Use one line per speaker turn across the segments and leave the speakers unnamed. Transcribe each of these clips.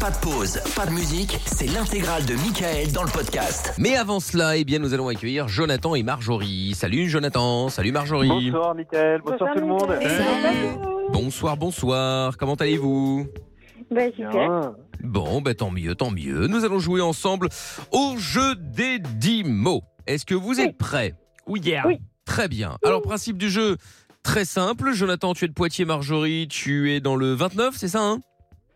Pas de pause, pas de musique, c'est l'intégrale de Michael dans le podcast.
Mais avant cela, eh bien, nous allons accueillir Jonathan et Marjorie. Salut Jonathan, salut Marjorie.
Bonsoir Mickaël, bonsoir, tout le monde.
Bonsoir, bonsoir. Comment allez-vous
Bah, super.
Eh, Bien.
Bon, ben tant mieux, tant mieux. Nous allons jouer ensemble au jeu des 10 mots. Est-ce que vous êtes prêts Oui, hier.
Oui.
Très bien. Alors, principe du jeu, très simple. Jonathan, tu es de Poitiers, Marjorie, tu es dans le 29, c'est ça hein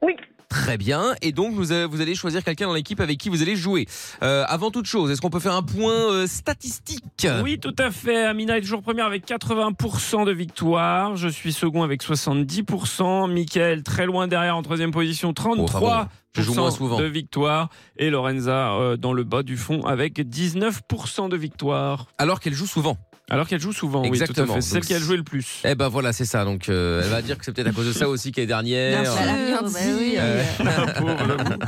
Oui.
Très bien. Et donc, vous allez- vous allez choisir quelqu'un dans l'équipe avec qui vous allez jouer. Euh, avant toute chose, est-ce qu'on peut faire un point euh, statistique
Oui, tout à fait. Amina est toujours première avec 80% de victoire. Je suis second avec 70%. Michael, très loin derrière en troisième position, 33%
Oh, enfin je joue moins souvent.
de victoire. Et Lorenza euh, dans le bas du fond avec 19% de victoire.
Alors qu'elle joue souvent.
Alors qu'elle joue souvent, oui, tout
Exactement.
à fait. C'est
Donc,
celle qui a joué le plus.
Eh ben voilà, c'est ça. Donc, euh, elle va dire que c'est peut-être à cause de ça aussi qu'elle est dernière.
Bien sûr,
Elle a rien
bah
dit.
oui,
Euh,
Pauvre, le bout.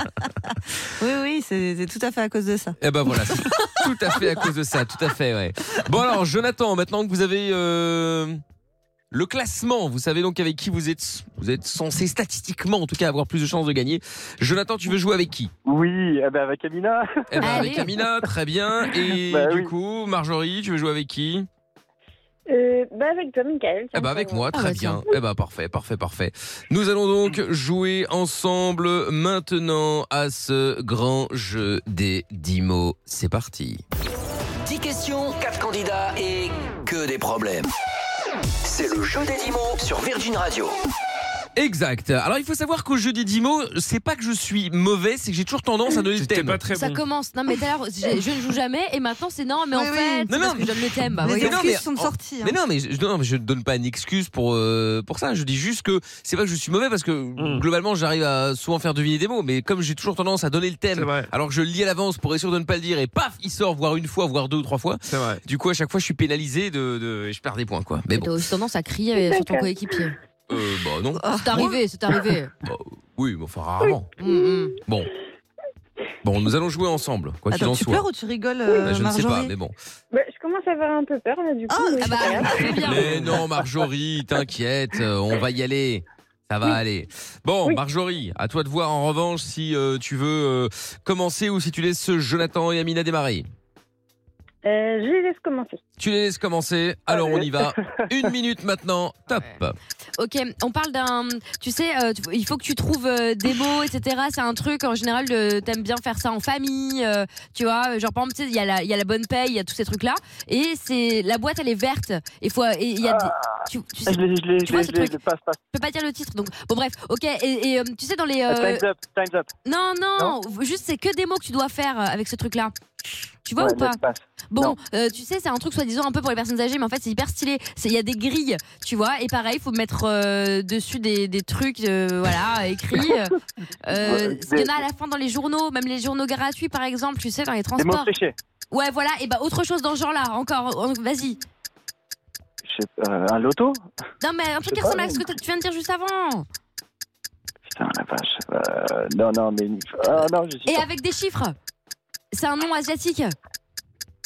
oui, oui, c'est c'est tout à fait à cause de ça.
Eh ben voilà, c'est tout à fait à cause de ça, tout à fait, ouais. Bon alors, Jonathan, maintenant que vous avez euh, le classement, vous savez donc avec qui vous êtes, vous êtes censé statistiquement, en tout cas, avoir plus de chances de gagner. Jonathan, tu veux jouer avec qui
Oui, eh ben avec Amina.
Eh ben
Allez.
avec Amina, très bien. Et
Bah
du
oui.
coup, Marjorie, tu veux jouer avec qui
Euh, bah, avec toi, Michael.
Eh ben avec moi,
Ah
très
bah
bien. Eh ben parfait, parfait, parfait. Nous allons donc jouer ensemble maintenant à ce grand jeu des 10 mots. C'est parti.
10 questions, 4 candidats et que des problèmes. C'est le jeu des 10 mots sur Virgin Radio.
Exact. Alors il faut savoir qu'au jeu des 10 mots, c'est pas que je suis mauvais, c'est que j'ai toujours tendance à donner le
C'était
thème.
pas très
Ça
bon.
commence. Non, mais d'ailleurs, je, je ne joue jamais et maintenant c'est non, mais en
Oui, oui.
fait,
Non,
c'est parce
non.
que je donne le thème. Bah,
Les
mais
voyons.
non,
excuses
mais
sont
en-
sorties. hein.
Mais non, mais je, non, mais je ne donne pas une excuse pour euh, pour ça. Je dis juste que c'est pas que je suis mauvais parce que
Hmm.
globalement j'arrive à souvent faire deviner des mots, mais comme j'ai toujours tendance à donner le
C'est
thème,
vrai,
alors que je le lis à l'avance pour être sûr de ne pas le dire et paf, il sort voire une fois, voire deux ou trois fois.
c'est vrai.
Du coup à chaque fois je suis pénalisé de, de et je perds des points quoi. Mais
Mais
bon,
T'as aussi tendance à crier sur ton
D'accord.
coéquipier.
euh, bah non,
C'est arrivé, c'est arrivé.
oui, mais enfin rarement.
Mm, mm.
Bon, bon, nous allons jouer ensemble quoi qu'il
Attends,
en
tu
soit.
pleures ou tu rigoles,
Bah,
euh,
je ne sais pas,
Marjorie
mais bon.
Bah, je commence à avoir un peu peur, là, du coup.
Oh,
mais
Ah
c'est
bah,
pas grave.
c'est bien.
Mais non, Marjorie, t'inquiète, euh, on va y aller. Ça va aller. Bon,
Oui.
Marjorie, à toi de voir en revanche si euh, tu veux euh, commencer ou si tu laisses Jonathan et Amina démarrer.
Euh, je les laisse commencer.
Tu les laisses commencer, alors on y va. Une minute maintenant, top.
Ok, on parle d'un. Tu sais, euh, tu- il faut que tu trouves euh, des mots, etc. C'est un truc, en général, de- t'aimes bien faire ça en famille. euh, tu vois, genre, par exemple, tu sais, il y, a la- il y a la bonne paye, il y a tous ces trucs-là. Et c'est la boîte, elle est verte. Et faut- et il y a des- tu, tu sais,
Je l'ai, je l'ai,
Tu
je
vois
l'ai,
ce
je l'ai,
truc
je l'ai, passe, passe.
je peux pas dire le titre. Donc, bon, bref, ok. Et, et, euh, tu sais, dans les.
Ah,
euh,
time's up, time's up.
non, non, juste c'est que des mots que tu dois faire euh, avec ce truc-là. Tu vois
Ouais,
ou pas
laisse, passe.
Bon,
Non.
euh, tu sais, c'est un truc soi-disant un peu pour les personnes âgées, mais en fait, c'est hyper stylé. C'est- Il y a des grilles, tu vois, et pareil, il faut mettre euh, dessus des, des trucs, euh, voilà, écrits. euh, euh, ce qu'il y en a à la fin dans les journaux, même les journaux gratuits, par exemple, tu sais, dans les
Des mots
transports.
fléchés.
Ouais, voilà, et bah autre chose dans ce genre-là, encore, en- vas-y.
Je sais pas, euh, un loto
Non, mais un truc qui
pas,
ressemble à
mais-
ce que t- tu viens de dire juste avant.
Putain, la vache. Euh, non, non, mais. Ah, non, je suis
Et
pas.
avec des chiffres. C'est un nom asiatique.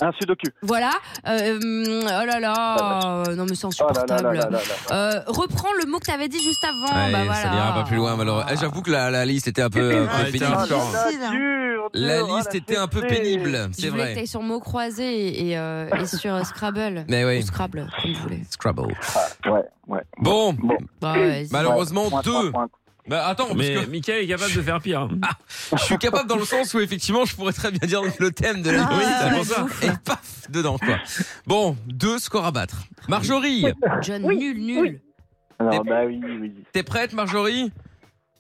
Un sudoku.
Voilà. Euh, hum, oh là là, non, mais c'est
Oh là là là
insupportable.
là là là.
Euh, reprends le mot que t'avais dit juste avant.
Ouais,
bah voilà.
Ça n'ira pas plus loin, malheureusement. Eh, J'avoue que la, la liste était un peu, un peu
Ah,
pénible.
tiens,
Ah,
encore.
la dure,
La
dure, ah,
liste était un peu
fessée.
pénible,
Je
c'est
voulais que
vrai.
t'ailles sur mots croisés et, euh, et sur euh, Scrabble.
Mais
Ou
oui,
Scrabble, comme vous voulez.
Scrabble.
Ah, Ouais, ouais.
Bon,
Bon.
Bah, ouais, vas-y.
malheureusement,
Point, point,
deux.
point.
Bah, attends, parce que-
Mais Michael est capable de faire pire.
Je suis capable dans le sens où effectivement je pourrais très bien dire le thème de la
Ah,
c'est
liste
pour ça.
et paf dedans quoi. Bon, deux scores à battre. Marjorie,
John,
Oui,
nul, nul.
oui.
Non, bah oui, oui.
t'es prête Marjorie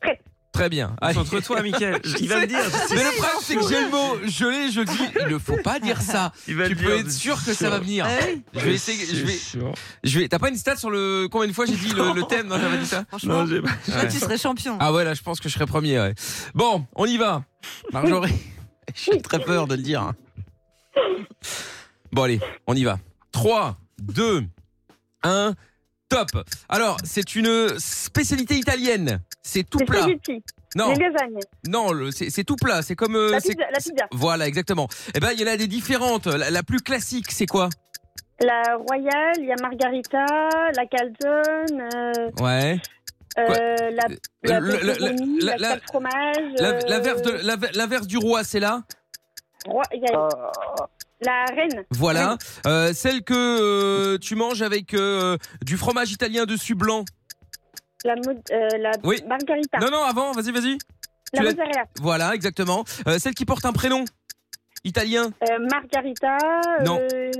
Prête.
Très bien.
C'est
Allez.
entre toi, Michael. Il va le dire.
Mais le problème c'est que j'ai le mot, je l'ai, je le dis, il ne faut pas dire ça.
Il va
Tu
le dire.
peux être sûr que ça va venir.
Ah oui,
Je vais essayer, je vais,
C'est sûr.
je vais. T'as pas une stat sur le combien de fois j'ai dit le, le thème Non, j'avais dit ça.
franchement,
Non, j'ai pas.
là, tu serais champion.
Ah ouais, là je pense que je serai premier. Ouais. Bon, on y va. Marjorie, j'ai très peur de le dire. hein. Bon allez, on y va. 3, 2, 1, top. Alors, c'est une spécialité italienne. C'est tout
Les
plat.
spaghettis,
Non,
les lasagnes,
non, le- c'est c'est tout plat. C'est comme... euh,
la
c'est-
pizza, la, pizza,
Voilà, exactement. Eh ben, il y en a des différentes. La, la plus classique, c'est quoi
la royale, il y a margarita, la calzone, euh,
Ouais.
Euh,
Quoi
la la,
Le- le-
pepperoni,
la-
la,
la-
crêpe fromage.
La-
euh,
L'inverse de- la- l'inverse du roi, c'est là
roi- il y
Ah,
a- La reine.
Voilà. Euh, celle que euh, tu manges avec euh, du fromage italien dessus blanc.
La, mo- euh, la
Oui.
margarita.
Non, non, avant, vas-y, vas-y.
la
tu l'as-
mozzarella.
Voilà, exactement. Euh, celle qui porte un prénom italien.
Euh, margarita.
Non.
euh,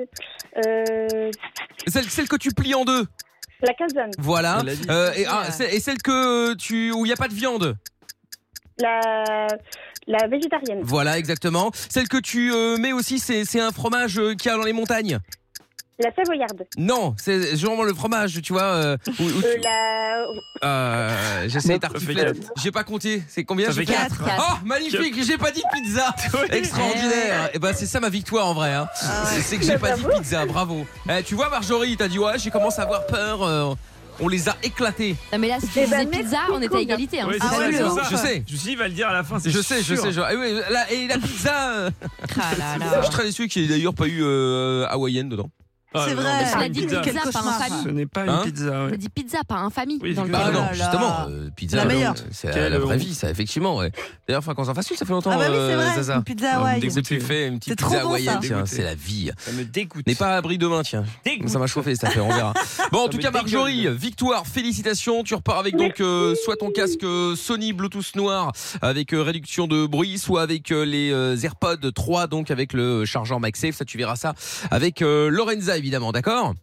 euh,
Celle, celle que tu plies en deux.
la calzone.
Voilà.
Elle l'a dit.
Euh, et, ah,
Ouais.
c'est- et celle que euh, tu où il n'y a pas de viande.
La, la végétarienne.
Voilà, exactement. Celle que tu euh, mets aussi, c'est c'est un fromage euh, qu'il y a dans les montagnes.
La savoyarde.
Non, c'est vraiment le fromage, tu vois. euh, où- où tu-
Euh, la...
Euh, J'essaie d'articuler.
quatre.
J'ai pas compté. C'est combien
Ça
j'ai
fait
fait
Quatre.
quatre.
Oh, magnifique J'ai pas dit pizza Eh, Extraordinaire Et ben c'est ça ma victoire en vrai. Hein.
Ah ouais.
C'est- C'est que j'ai
Bah,
pas dit pizza, bravo. Eh, tu vois Marjorie, t'as dit ouais, j'ai commencé à avoir peur. euh, on les a éclatés.
Non, mais là, si tu
Eh ben,
disais pizza,
merci,
on était à
Corinne.
égalité. Hein.
Oui,
Ah
c'est ça,
ouais,
c'est
le
ça.
ouf.
Je sais.
Je me suis dit, il va le dire à la fin. c'est
Je sais, je
sûr.
sais. je- eh oui, la- et la pizza, euh,
Ah là
je
là.
suis très déçu qu'il n'y ait d'ailleurs pas eu euh, hawaïenne dedans.
Ah,
C'est
non,
vrai.
mais c'est
On
pas
a
une
dit
pizza.
pizza,
Quel
pas
cauchemar.
un famille.
Ce n'est pas
Hein
une pizza. ouais.
On a dit pizza, pas un famille.
Oui,
dans le
c'est
Bah
Ah
jeu.
clair.
non,
là là.
justement, euh, pizza,
La meilleure.
c'est à
Quelle
la vraie
honte.
vie, ça, effectivement. ouais. D'ailleurs, enfin, quand ça fasse, ça fait longtemps.
Ah bah oui, c'est
euh,
vrai.
Zaza.
Une pizza
Ah,
Hawaï.
Dès que tu fais une
C'est
petite
trop
pizza
bon,
hawaïenne,
ça.
tiens,
Dégoûté.
c'est la vie.
Ça me dégoûte.
N'est pas à abri demain, tiens.
Dégoûte.
Ça m'a chauffé cette affaire, on verra. Bon, en
Ça
tout
me
cas, Marjorie,
dégueule.
victoire, félicitations. Tu repars avec donc euh, soit ton casque euh, Sony Bluetooth noir avec euh, réduction de bruit, soit avec euh, les euh, AirPods 3, donc avec le chargeur MagSafe. Ça, tu verras ça avec euh, Lorenza, évidemment, d'accord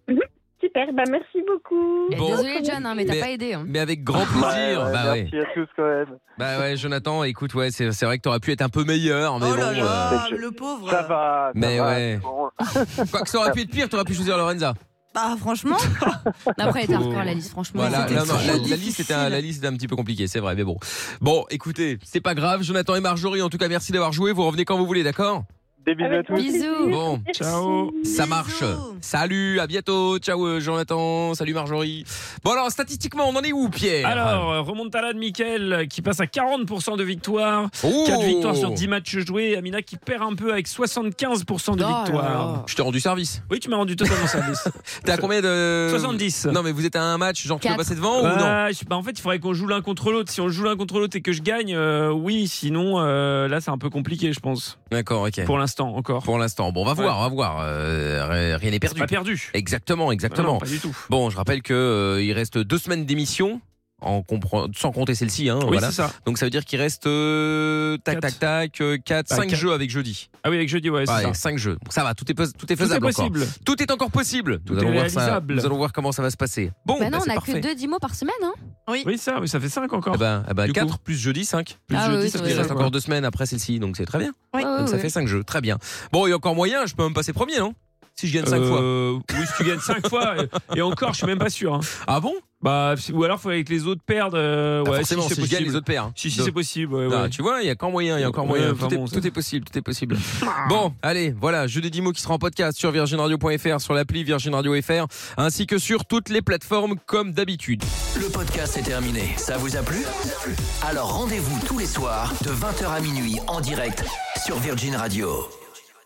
Super, bah merci beaucoup.
Eh,
Bon.
Désolé, John, hein, mais t'as
Mais-
pas aidé. hein.
Mais avec grand plaisir.
Ouais, ouais,
bah, ouais.
merci à tous quand même.
bah ouais, Jonathan, écoute, ouais, c'est c'est vrai que t'aurais pu être un peu meilleur, mais
Oh
bon.
là
euh,
là,
euh,
le pauvre.
Ça va. ça
Mais
va,
ouais.
c'est bon.
euh, quoi que ça aurait pu être pire, t'aurais pu choisir Lorenza.
Bah franchement,
Mais Après, elle était hardcore, la liste, franchement.
Voilà,
c'était bah
non, non,
trop
la, la
difficile.
liste était un, la liste était un petit peu compliquée, c'est vrai, mais bon. Bon, écoutez, c'est pas grave. Jonathan et Marjorie, en tout cas, merci d'avoir joué. Vous revenez quand vous voulez, d'accord
Des bisous à
Avec
tous.
grand plaisir.
Bisous.
Bon,
Merci.
Ciao.
ça
Bisous.
marche. Salut, à bientôt. Ciao, euh, Jonathan. Salut, Marjorie. Bon, alors, statistiquement, on en est où, Pierre
Alors, euh, remontada de Mickaël qui passe à 40% de victoire.
oh
4 victoires sur 10 matchs joués. Amina qui perd un peu avec 75% de
Oh là
victoire.
là.
Je t'ai rendu service.
Oui, tu m'as rendu totalement service.
T'es à combien de.
70.
Euh, Non, mais vous êtes à un match, genre, tu
Quatre.
vas passer devant ou non
Ah, je sais pas, en fait, il faudrait qu'on joue l'un contre l'autre. Si on joue l'un contre l'autre et que je gagne, euh, oui. Sinon, euh, là, c'est un peu compliqué, je pense.
D'accord, ok.
Pour l'instant, encore.
Pour l'instant. Bon, on va voir, on va voir. Euh, rien- rien n'est
C'est
perdu.
Pas perdu.
Exactement,
Non, non,
exactement.
pas du tout.
Bon, je rappelle que euh, il reste deux semaines d'émission. En compre- sans compter celle-ci, hein,
Oui,
voilà.
c'est ça.
Donc ça veut dire qu'il reste euh, tac,
Quatre.
tac tac 4
Bah,
5
quatre.
jeux avec jeudi.
Ah oui, avec jeudi, ouais, c'est ça.
5 jeux. Donc ça va, tout est pos- tout est
Tout est
faisable encore.
possible.
Tout est encore possible.
Tout
nous
est
allons voir ça.
réalisable.
Nous allons voir comment ça va se passer. Bon,
Bah non,
bah,
on
c'est
a
parfait.
que deux 10 mots par semaine. Hein.
Oui, ça, oui, ça fait 5 encore.
Eh ben, eh ben,
Du coup.
4 plus jeudi 5.
Plus
Ah
jeudi,
oui,
ça
oui,
fait
Il
oui.
reste
cinq,
encore
ouais.
deux semaines après celle-ci, donc c'est très bien.
Oui.
Ouais,
donc ça
ouais,
fait
ouais.
5 jeux, très bien. Bon, il y a encore moyen, je peux même passer premier, non Si je gagne 5 ben, fois.
Euh, Oui, si tu gagnes 5 fois. Et, et encore, je suis même pas sûr. hein.
Ah bon
Bah, si- ou alors, faut avec les autres perdre. euh,
Bah,
ouais, si
Forcément,
c'est
si je gagne
possible.
les autres paires. hein.
Si, si,
Donc,
c'est possible. ouais,
Ah,
ouais.
tu vois, il y a encore moyen, il y a encore
Ouais,
moyen.
enfin
tout, est,
bon, ça-
tout est possible, tout est possible. bon, allez, voilà, jeu des 10 mots qui sera en podcast sur virginradio.fr, sur l'appli Virgin Radio FR, ainsi que sur toutes les plateformes comme d'habitude.
Le podcast est terminé. Ça vous a plu Alors rendez-vous tous les soirs de 20h à minuit en direct sur Virgin Radio.